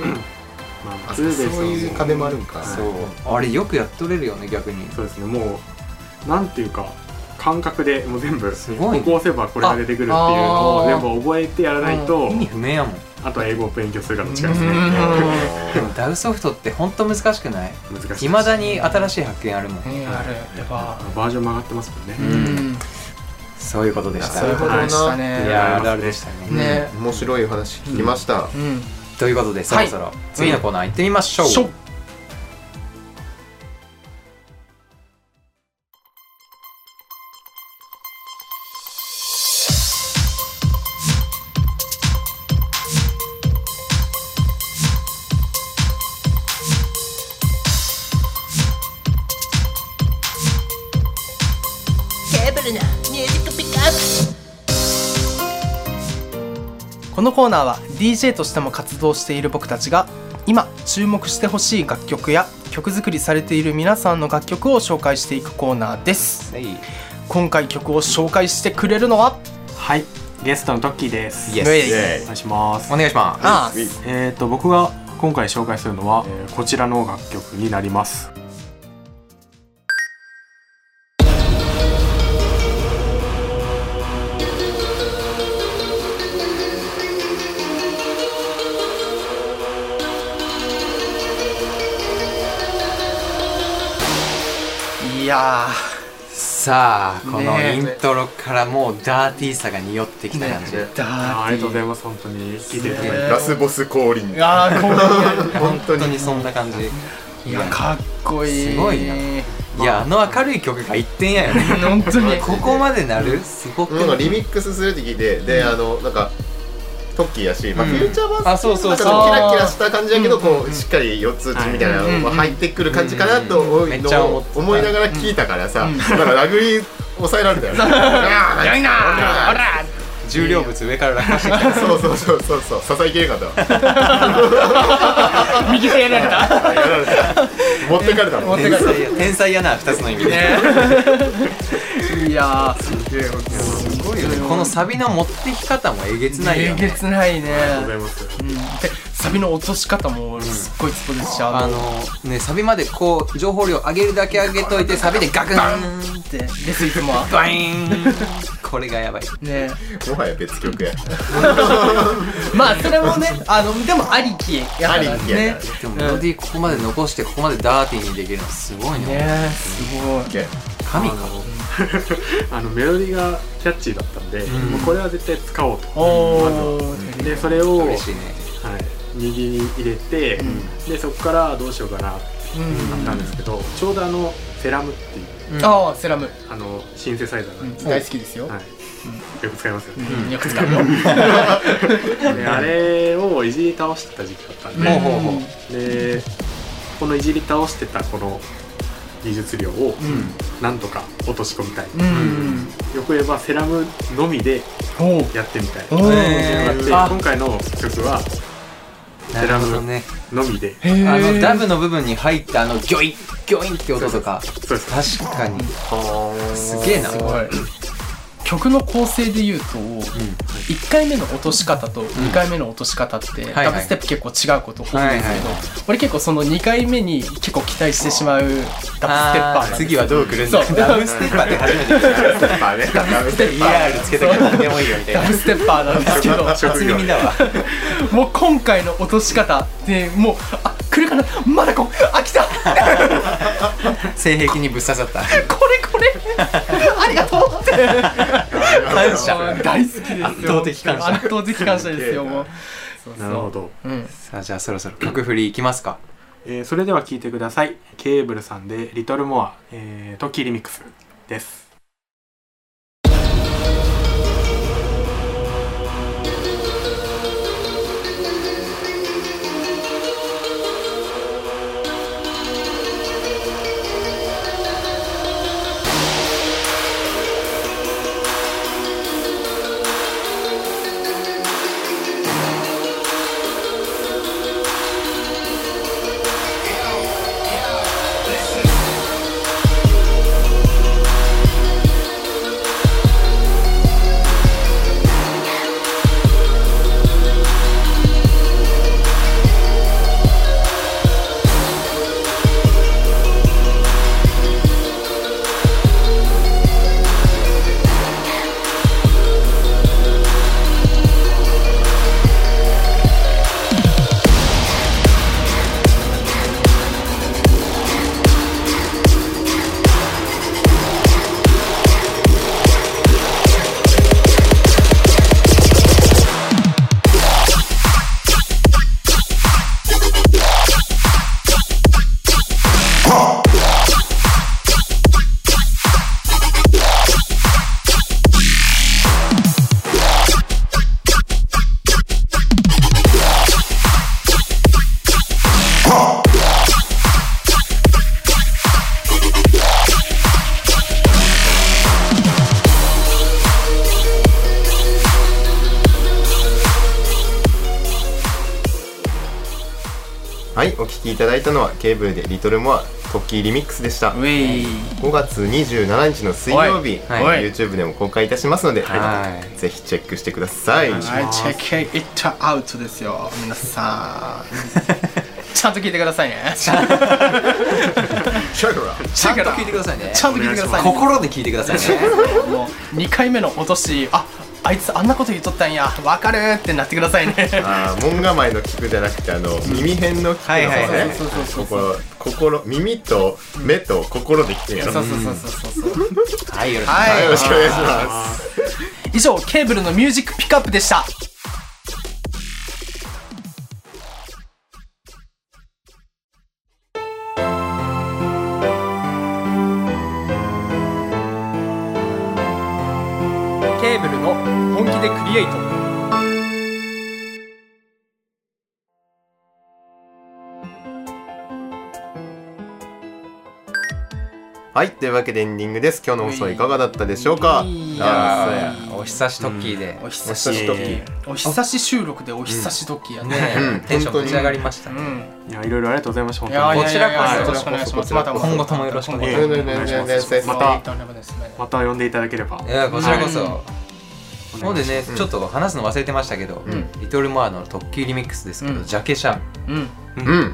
Speaker 4: まあ
Speaker 3: あ
Speaker 4: ツ
Speaker 3: そう
Speaker 4: ーベースはも
Speaker 3: いう金もあるんか
Speaker 1: そうあれよくやっとれるよね逆に
Speaker 4: そうですねもうなんていうか感覚でもう全部
Speaker 1: すごいね
Speaker 4: ここ押せばこれが出てくるっていうの
Speaker 2: あ
Speaker 4: を
Speaker 2: あ
Speaker 4: 全
Speaker 2: ー
Speaker 4: 部覚えてやらないと
Speaker 1: 意味不明やもん
Speaker 4: あとは英語を勉強するかの違いです
Speaker 2: う
Speaker 4: ね
Speaker 1: でもダウソフトって本当難しくない
Speaker 4: 難しいです
Speaker 1: いまだに新しい発見あるもん
Speaker 2: あねあれやっ
Speaker 4: あ
Speaker 2: ぱ
Speaker 4: のバージョン曲がってますもんね、
Speaker 1: んそういうことでした
Speaker 3: そういうこと
Speaker 4: な
Speaker 2: でしたね
Speaker 1: いやあるあるでしたね
Speaker 2: ね
Speaker 3: 面白いお話聞きました、
Speaker 2: うん
Speaker 1: ということでそろそろ次のコーナー行ってみましょう、
Speaker 2: しょ
Speaker 5: ケーブルなミュージックピックアップ
Speaker 2: このコーナーは DJ としても活動している僕たちが今注目してほしい楽曲や曲作りされている皆さんの楽曲を紹介していくコーナーです
Speaker 1: はい
Speaker 2: 今回曲を紹介してくれるのは
Speaker 4: はいゲストのトッキーです
Speaker 1: イエ
Speaker 2: イエ
Speaker 1: ス
Speaker 2: イ
Speaker 3: イエ
Speaker 4: お願いします
Speaker 1: お願いします
Speaker 2: あー
Speaker 4: えっ、と僕が今回紹介するのは、えーこちらの楽曲になります
Speaker 2: いや
Speaker 1: さあこの
Speaker 2: ねえ
Speaker 1: イントロからもうダーティーさが匂ってき
Speaker 2: ー
Speaker 1: た感じ、
Speaker 3: ね
Speaker 2: だ
Speaker 4: あーありがとうございます本当に聞いていただいて、
Speaker 3: ラスボス降臨
Speaker 2: いやーこう
Speaker 3: 本当
Speaker 1: 本当
Speaker 3: に
Speaker 1: にそんな感じ
Speaker 2: いやかっこいい
Speaker 1: すごいないいやあの明るい曲が一点やよね
Speaker 2: 本当に
Speaker 1: ここまでなるすごく
Speaker 3: なんかリミックスするって聞いてで、あのなんかトッキーやし、まあ、
Speaker 1: うん
Speaker 3: フューチャーバース
Speaker 1: あそうそう
Speaker 3: なんか
Speaker 1: そう
Speaker 3: こうキ
Speaker 2: あ
Speaker 3: ラ
Speaker 2: ー
Speaker 3: キラした感じやけどこうしっかり四つ打ちみたいな
Speaker 2: はい
Speaker 3: のが入ってくる感じかなと
Speaker 1: うん
Speaker 3: 思
Speaker 1: め
Speaker 3: い
Speaker 1: っちゃ
Speaker 3: の
Speaker 1: 思っ
Speaker 3: を
Speaker 1: てた
Speaker 3: 思いながら聞いたからさ、
Speaker 2: ん
Speaker 3: だからラグビー抑えられたよね。
Speaker 2: やいなー
Speaker 3: あ
Speaker 2: ほら
Speaker 1: 重量物上から落下してきた
Speaker 3: ーそうそうそうそうそう支えきれなかったわ。
Speaker 2: 右手やられた
Speaker 3: やられた持ってかれたもん。
Speaker 1: 天才や天才やな二つの意味で、
Speaker 2: いや
Speaker 1: すごいよねこのサビの持ってき方もえげつ
Speaker 2: ー
Speaker 1: ないよ
Speaker 2: えげ
Speaker 1: ね
Speaker 2: つないね
Speaker 4: ありがとうございます
Speaker 2: うんでサビの落とし方も俺すっごいツボですしあ
Speaker 1: あ
Speaker 2: の
Speaker 1: のねサビまでこう情報量上げるだけ上げといてサビでガクン
Speaker 2: ってレスイフも
Speaker 1: バイ ーンこれがやばい
Speaker 2: ね
Speaker 3: もはや別曲や。
Speaker 2: まあそれも ねあのでもありきやからね
Speaker 3: ありきや
Speaker 2: ね
Speaker 3: か
Speaker 1: でもメロディーここまで残してここまでダーティーにできるのすごいね
Speaker 2: すごい
Speaker 1: 神か
Speaker 4: あのメ ロディーがキャッチーだったんで、
Speaker 1: ん
Speaker 4: もうこれは絶対使おうと
Speaker 2: おー
Speaker 4: でそれを、はい
Speaker 1: 嬉、しいね
Speaker 4: 右に入れて、でそこからどうしようかなって
Speaker 2: うん
Speaker 4: なったんですけど、ちょうどあのフェラムっていう
Speaker 2: ああセラム
Speaker 4: あのシンセサイザーが、
Speaker 2: 大好きですよ
Speaker 4: はい、よく使いますよね、
Speaker 2: うん、よく使う よ。
Speaker 4: であれをいじり倒してた時期だったんで、
Speaker 1: ほうほうほう
Speaker 4: でこのいじり倒してたこの技術量をなんとか落とし込みたい、
Speaker 2: うんうん。
Speaker 4: よく言えばセラムのみで
Speaker 2: おう
Speaker 4: やってみたい
Speaker 2: お
Speaker 4: な
Speaker 2: う。
Speaker 1: え
Speaker 4: で
Speaker 1: あ
Speaker 4: 今回の曲は
Speaker 1: なるほどね
Speaker 4: のみで
Speaker 2: へー
Speaker 1: あのダブの部分に入ったあのギョインギョインって音とか
Speaker 4: そうです
Speaker 1: 確かにすげえな
Speaker 2: すごい曲の構成でいうと、1回目の落とし方と2回目の落とし方って、
Speaker 1: はい
Speaker 2: ダブステップ結構違うこと多いんですけど、
Speaker 1: はい
Speaker 2: 俺結構その2回目に結構期待してしまうダブステッパー
Speaker 1: あ
Speaker 2: なん
Speaker 1: ー
Speaker 2: です
Speaker 1: 次はどうくるんだ
Speaker 2: そ う
Speaker 1: ダブステッパーって初めて聞いた
Speaker 3: ステッパーねダブステッパ
Speaker 1: ER つけたけど でもいいよみたい
Speaker 2: ダブステッパーなんですけど
Speaker 1: な初耳だわ
Speaker 2: もう今回の落とし方でもうあ来るかなまだこあ来た こ
Speaker 1: 性癖にぶっ刺さった
Speaker 2: れこれありがとうって
Speaker 1: 感謝
Speaker 2: 大好きですよ
Speaker 1: 圧倒的感謝
Speaker 2: 圧倒的感謝ですよもう
Speaker 4: なるほど、
Speaker 2: うん
Speaker 1: さあじゃあそろそろ曲振りいきます か
Speaker 4: えーそれでは聴いてくださいケーブルさんで「リトルモア、えー、トキリミックス」です
Speaker 3: はいお聴きいただいたのはケーブルでリトルモアトッキーリミックスでした
Speaker 2: ウェイ
Speaker 3: 5月27日の水曜日、
Speaker 1: はいはい
Speaker 3: YouTube でも公開いたしますので、
Speaker 1: は
Speaker 3: ぜひチェックしてください、
Speaker 2: はい、チェックイットアウトですよ皆さんちゃんと聞いてくださいねちゃん
Speaker 3: シャグラ
Speaker 1: ちゃんと聞いてくださいね
Speaker 2: ちゃんと聞いてくださいね
Speaker 1: 心で聞いてくださいね
Speaker 2: もう2回目の落としああいつあんなこと言っとったんやわかるってなってくださいね
Speaker 3: あー門構えの聞くじゃなくてあの耳辺の聞くの
Speaker 1: はいはいはい
Speaker 3: ね心心耳と目と心で聞くんやろ、
Speaker 2: そうそうそうそうそうそう
Speaker 1: はいよろしく
Speaker 3: はいよ
Speaker 2: は
Speaker 3: ろ
Speaker 2: い
Speaker 3: しくお願いします
Speaker 2: 以上ケーブルのミュージックピックアップでしたケーブルの本気でクリエイト
Speaker 3: はいというわけでエンディングです今日の放送いかがだったでしょうか
Speaker 2: いい
Speaker 3: あ
Speaker 1: あーお久しトッキーで
Speaker 2: お
Speaker 3: ーそうやお
Speaker 2: 久し
Speaker 3: 久しぶり
Speaker 2: お久し収録でお久し時やね
Speaker 1: ね
Speaker 3: うん
Speaker 1: えテンション持ち上がりました
Speaker 2: う
Speaker 1: ね
Speaker 2: ん
Speaker 4: いやいろいろありがとうございました
Speaker 2: い
Speaker 4: 本
Speaker 2: や
Speaker 4: 当に
Speaker 2: いや
Speaker 1: こちらこそ
Speaker 2: いやいやよろしくお願いします
Speaker 3: こちらこ
Speaker 1: そ今後ともよろしくお願い
Speaker 4: しま
Speaker 2: 今
Speaker 4: す
Speaker 2: 後ともよろしくお願いします
Speaker 4: また
Speaker 2: えーとんでもないですね
Speaker 4: また呼んでいただければ
Speaker 1: いやこちらこそ、
Speaker 2: うん
Speaker 1: ほんでね、ちょっと話すの忘れてましたけど、
Speaker 2: ん
Speaker 1: リトルモアの特急リミックスですけど、
Speaker 2: うん
Speaker 1: ジャケ写
Speaker 2: うん
Speaker 3: うん、
Speaker 2: うん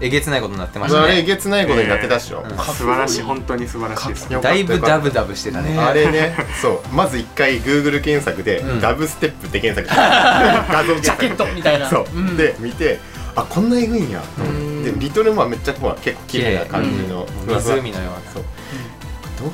Speaker 1: えげつないことになってまし
Speaker 3: あ
Speaker 1: た
Speaker 3: れえ
Speaker 1: ね
Speaker 3: げつないことになってたっしょ、
Speaker 1: うん
Speaker 4: 素晴らしい本当に素晴らしいです
Speaker 3: よかった
Speaker 1: だいぶダブダブしてたね
Speaker 3: あれね、そう、まず一回 Google 検索で、
Speaker 1: うん
Speaker 3: ダブステップって検索して、画像検
Speaker 2: ジャ
Speaker 3: 索
Speaker 2: ケットみたいな
Speaker 3: そう、
Speaker 2: ん
Speaker 3: で見て、あこんなエグいんやと思って
Speaker 2: うん
Speaker 3: でリトルモアめっちゃほら結構綺麗な感じの、ふわふわ
Speaker 1: 湖のような
Speaker 3: そう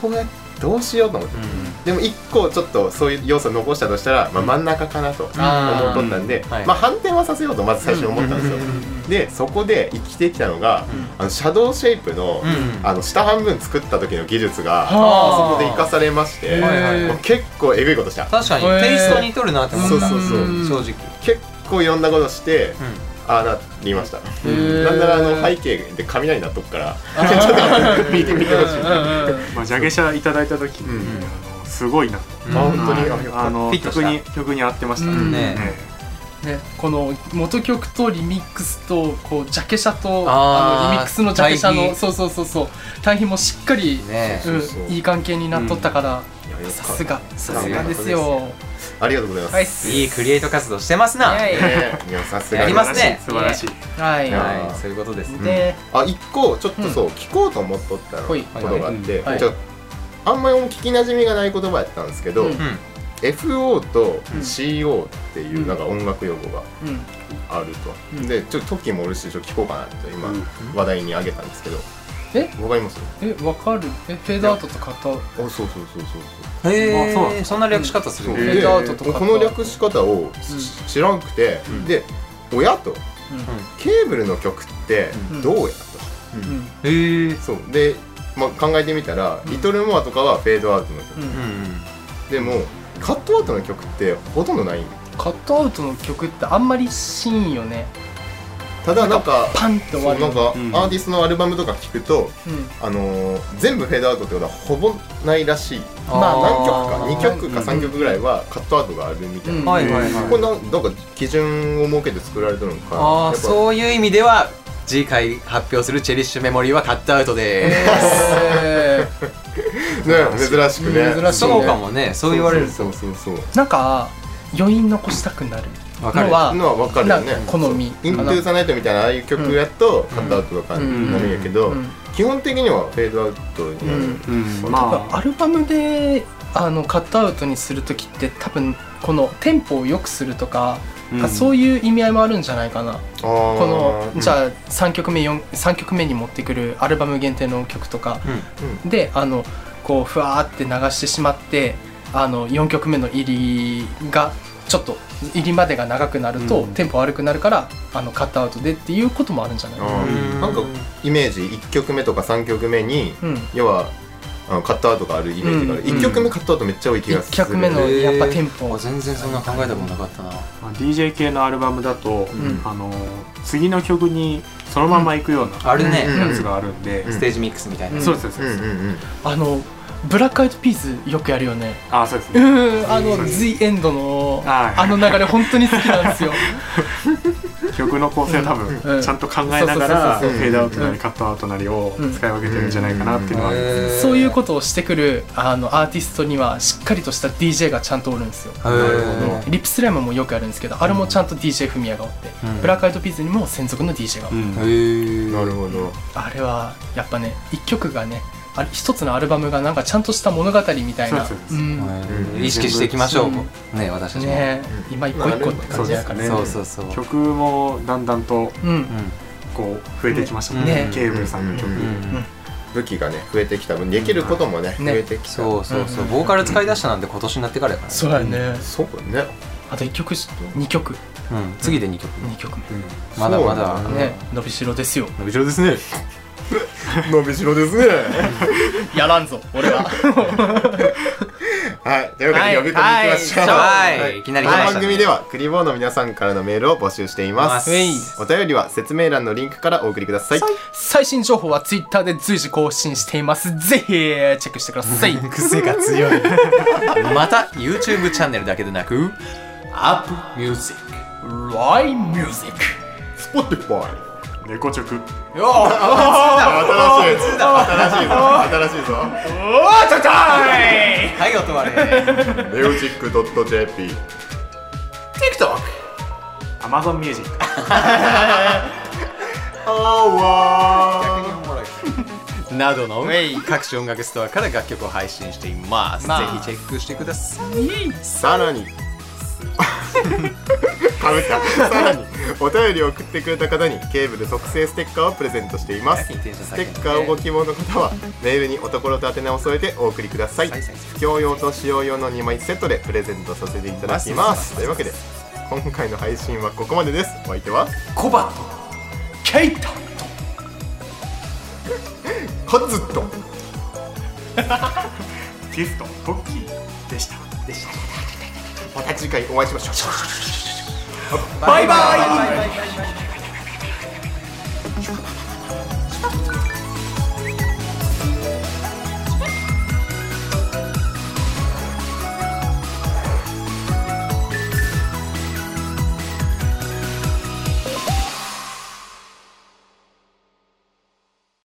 Speaker 3: どうやっどうしようと思って、でも一個ちょっとそういう要素残したとしたら、まあ、真ん中かなと思っ
Speaker 1: あー
Speaker 3: とったんで、
Speaker 1: はい
Speaker 3: まあ、反転はさせようとまず最初に思ったんですよ、でそこで生きてきたのが、あのシャドウシェイプの,、
Speaker 1: うん
Speaker 3: あの下半分作った時の技術が、
Speaker 1: はあ
Speaker 3: あそこで生かされまして、
Speaker 1: はいはい
Speaker 3: もう結構えぐいことした
Speaker 1: 確かに
Speaker 2: へー
Speaker 1: テイストにとるなって思った
Speaker 3: そうそうそう
Speaker 1: 正直
Speaker 3: 結構いろんなことして、ああなりました、なんならあの背景で雷鳴っとくからちょっと見てみてほしい、
Speaker 4: まあ、ジャケ写いただいた時に、
Speaker 3: うん
Speaker 4: あのすごいなと、
Speaker 1: うん
Speaker 3: あ本当に、
Speaker 4: はい
Speaker 3: あ
Speaker 4: あの
Speaker 1: フィットした
Speaker 4: 曲に曲に合ってまし
Speaker 2: う
Speaker 4: た
Speaker 2: ん
Speaker 1: ね
Speaker 4: ね。
Speaker 2: ね、この元曲とリミックスとこうジャケ写と
Speaker 1: あー
Speaker 2: あのリミックスのジャケ写
Speaker 1: 対
Speaker 2: の
Speaker 1: 比
Speaker 2: そうそうそうそう対比もしっかり、
Speaker 1: ね
Speaker 2: うん
Speaker 3: そうそう
Speaker 2: いい関係になっとったから、
Speaker 3: いやよかった
Speaker 2: さすがさ
Speaker 1: さ
Speaker 2: す
Speaker 1: す
Speaker 2: が
Speaker 1: が
Speaker 2: ですよ。
Speaker 3: ありがとうございます、
Speaker 2: はい
Speaker 1: いいクリエイト活動してますな
Speaker 2: イエ
Speaker 3: ねいやさすが
Speaker 1: やりますね
Speaker 4: 素晴らしい。
Speaker 2: はい。
Speaker 3: や
Speaker 1: はいそういうことですね
Speaker 2: で、
Speaker 3: あ一個ちょっとそう、聞こうと思っとったの
Speaker 2: ほい
Speaker 3: ことがあって、
Speaker 2: はい
Speaker 3: ちょっとあんまり聞きなじみがない言葉やったんですけど、
Speaker 2: うん
Speaker 1: うん
Speaker 3: FO と
Speaker 2: うん
Speaker 3: CO っていうなんか音楽用語が
Speaker 2: うん、
Speaker 3: あると、
Speaker 2: うん
Speaker 3: でちょっと時もおるしちょっと聞こうかなって今、
Speaker 4: うん
Speaker 3: 話題にあげたんですけど
Speaker 2: え
Speaker 3: わかります
Speaker 2: えわかるえフェードアウトとカットアウト
Speaker 3: あそうそうそうそうそう
Speaker 1: へ
Speaker 4: あそうなんで
Speaker 1: えそんな略し方する
Speaker 3: そう
Speaker 1: の
Speaker 2: ん
Speaker 3: で
Speaker 2: レイアウトとかと
Speaker 3: この略し方をし知らんくて、で親とケーブルの曲って
Speaker 2: うん
Speaker 3: どうやと、
Speaker 2: うんうん
Speaker 1: へえ
Speaker 3: そうで、まあ、考えてみたら、
Speaker 2: うん
Speaker 3: リトルモアとかはフェードアウトの曲、
Speaker 2: うん
Speaker 3: でもカットアウトの曲ってほとんどないん
Speaker 2: カットアウトの曲ってあんまりシーンよね。
Speaker 3: ただなんか
Speaker 2: パンって終
Speaker 3: そ
Speaker 2: わ
Speaker 3: う
Speaker 2: る
Speaker 3: な
Speaker 2: よ
Speaker 3: ん
Speaker 2: ね。
Speaker 3: か、
Speaker 4: うん
Speaker 3: アーティストのアルバムとか聞くと、
Speaker 2: うん
Speaker 3: あのー全部フェードアウトってことはほぼないらしい
Speaker 2: まあ
Speaker 3: 何曲か2
Speaker 1: 二
Speaker 3: 曲か
Speaker 1: うん
Speaker 3: 3曲ぐらいはカットアウトがあるみたいな、
Speaker 2: うん
Speaker 1: はいはい
Speaker 4: うん
Speaker 3: こ
Speaker 1: は
Speaker 3: れ
Speaker 1: い
Speaker 3: なんなんか基準を設けて作られてるのかな
Speaker 1: あ
Speaker 3: やっ
Speaker 1: あ
Speaker 3: ぱ
Speaker 1: そういう意味では次回発表するチェリッシュメモリーはカットアウトで
Speaker 2: え
Speaker 3: ね珍しくね
Speaker 2: 珍
Speaker 1: す
Speaker 2: しい
Speaker 1: そうかもねそう言われる
Speaker 3: そ
Speaker 1: と
Speaker 3: うそうそう
Speaker 2: ーなんか余韻残したくなる
Speaker 1: わかる
Speaker 2: のは
Speaker 3: のは分かるよね
Speaker 2: なんか好み
Speaker 3: イントゥーザナイトみたいなああいう曲やとカットアウトとかになるんやけど、
Speaker 2: うん
Speaker 3: 基本的にはフェードアウトになる、
Speaker 2: うん
Speaker 4: うんま
Speaker 2: ア
Speaker 4: あ
Speaker 2: ルバムであのカットアウトにする時って多分このテンポを良くするとか、
Speaker 4: うん
Speaker 2: そういう意味合いもあるんじゃないかな
Speaker 3: あー
Speaker 2: このじ
Speaker 3: うん
Speaker 2: ゃあ3曲目四三曲目に持ってくるアルバム限定の曲とかであのこうふわーって流してしまってあの4曲目の入りがちょっと入りまでが長くなると、
Speaker 4: うん
Speaker 2: テンポ悪くなるからあのカットアウトでっていうこともあるんじゃないかな。
Speaker 3: あーなんかイメージ1曲目とか3曲目に
Speaker 2: うん
Speaker 3: 要はあのカットアウトがあるイメージがある、
Speaker 2: うん
Speaker 3: 1曲目カットアウトめっちゃ多い気がす
Speaker 2: 1
Speaker 3: る
Speaker 2: 曲目の
Speaker 1: へー
Speaker 2: やっぱテンポ
Speaker 1: あ全然そんな考えたことなかったな
Speaker 4: まあ DJ 系のアルバムだと、
Speaker 2: ん
Speaker 4: あの次の曲にそのまま行くような
Speaker 1: あるね
Speaker 4: やつがあるんで、
Speaker 3: うん
Speaker 1: ステージミックスみたいな
Speaker 2: うん
Speaker 4: そうですそう
Speaker 3: うん
Speaker 4: です、
Speaker 3: うんうん
Speaker 2: あのブラックアイドピースよくやるよね
Speaker 4: あそうです
Speaker 2: う
Speaker 4: ね、
Speaker 2: んあの「The End」の
Speaker 4: はい
Speaker 2: あの流れ本当に好きなんですよ
Speaker 4: 曲の構成は多
Speaker 2: うん
Speaker 4: 分ちゃんと考えながらフ
Speaker 3: そうそうそうそう
Speaker 4: ェードアウトなりカットアウトなりを使い分けてるんじゃないかなっていうのはありますね
Speaker 2: そういうことをしてくるあのアーティストにはしっかりとした DJ がちゃんとおるんですよ
Speaker 1: となるほど
Speaker 2: リップスライムもよくあるんですけどあれもちゃんと DJ フミヤがおって、
Speaker 1: うん
Speaker 2: ブラックアイドピースにも専属の DJ がおって、
Speaker 4: うん
Speaker 1: へえ
Speaker 3: なるほど
Speaker 2: あれはやっぱね一曲がねあれ一つのアルバムがなんかちゃんとした物語みたいな
Speaker 4: そうそうそううん
Speaker 1: うん意識していきましょうね私たちも
Speaker 2: ね
Speaker 3: うん
Speaker 2: 今一個一個って感じだからね
Speaker 1: そうそうそう
Speaker 4: 曲もだんだんと
Speaker 2: うん
Speaker 1: うん
Speaker 4: こう増えてきましたもんね
Speaker 2: ね
Speaker 4: ケーブルさんの曲、
Speaker 3: うん
Speaker 1: うん
Speaker 3: 武器がね増えてきた分できることもね、
Speaker 2: うん
Speaker 3: 増えてきた
Speaker 1: そうそうそう
Speaker 2: うん
Speaker 1: ボーカル使い出したなんて今年になってからやから
Speaker 2: そうやね
Speaker 3: そうね
Speaker 2: あと1曲し2曲
Speaker 1: うん次で2曲
Speaker 2: 2曲目
Speaker 1: まだまだ
Speaker 3: そう
Speaker 2: ね伸びしろですよ
Speaker 1: 伸びしろですね
Speaker 3: 伸びしろですね
Speaker 2: やらんぞ俺 は
Speaker 3: はいというわけで呼び込みいきましょう、
Speaker 1: はいはいいきなり来
Speaker 3: こ
Speaker 1: ま
Speaker 3: の
Speaker 1: したね
Speaker 3: 番組ではクリボーの皆さんからのメールを募集しています
Speaker 2: はい
Speaker 3: お便りは説明欄のリンクからお送りください
Speaker 2: 最新情報は Twitter で随時更新していますぜひチェックしてください
Speaker 1: 癖が強いまた YouTube チャンネルだけでなく App Music
Speaker 2: LINE MUSIC
Speaker 3: Spotify
Speaker 4: 猫直
Speaker 3: 新しい新しいぞ新しいぞ
Speaker 1: はい音割れ
Speaker 3: music.jp
Speaker 4: Amazon Music
Speaker 1: などの各種音楽ストアから楽曲を配信しています、ぜひチェックしてください
Speaker 3: さらにかぶったさらにお便りを送ってくれた方にケーブル特製ステッカーをプレゼントしています
Speaker 1: 自転車
Speaker 3: ス
Speaker 1: 先
Speaker 3: テッカーをご希望の方はメールにおところと宛名を添えてお送りください
Speaker 1: はいはいはい
Speaker 3: 不況用と使用用の2枚セットでプレゼントさせていただきますというわけで今回の配信はここまでですお相手は
Speaker 2: コバとケイタ
Speaker 3: カズと
Speaker 4: ゲストトッキーでした
Speaker 3: また次回お会いしましょう
Speaker 2: バイバイ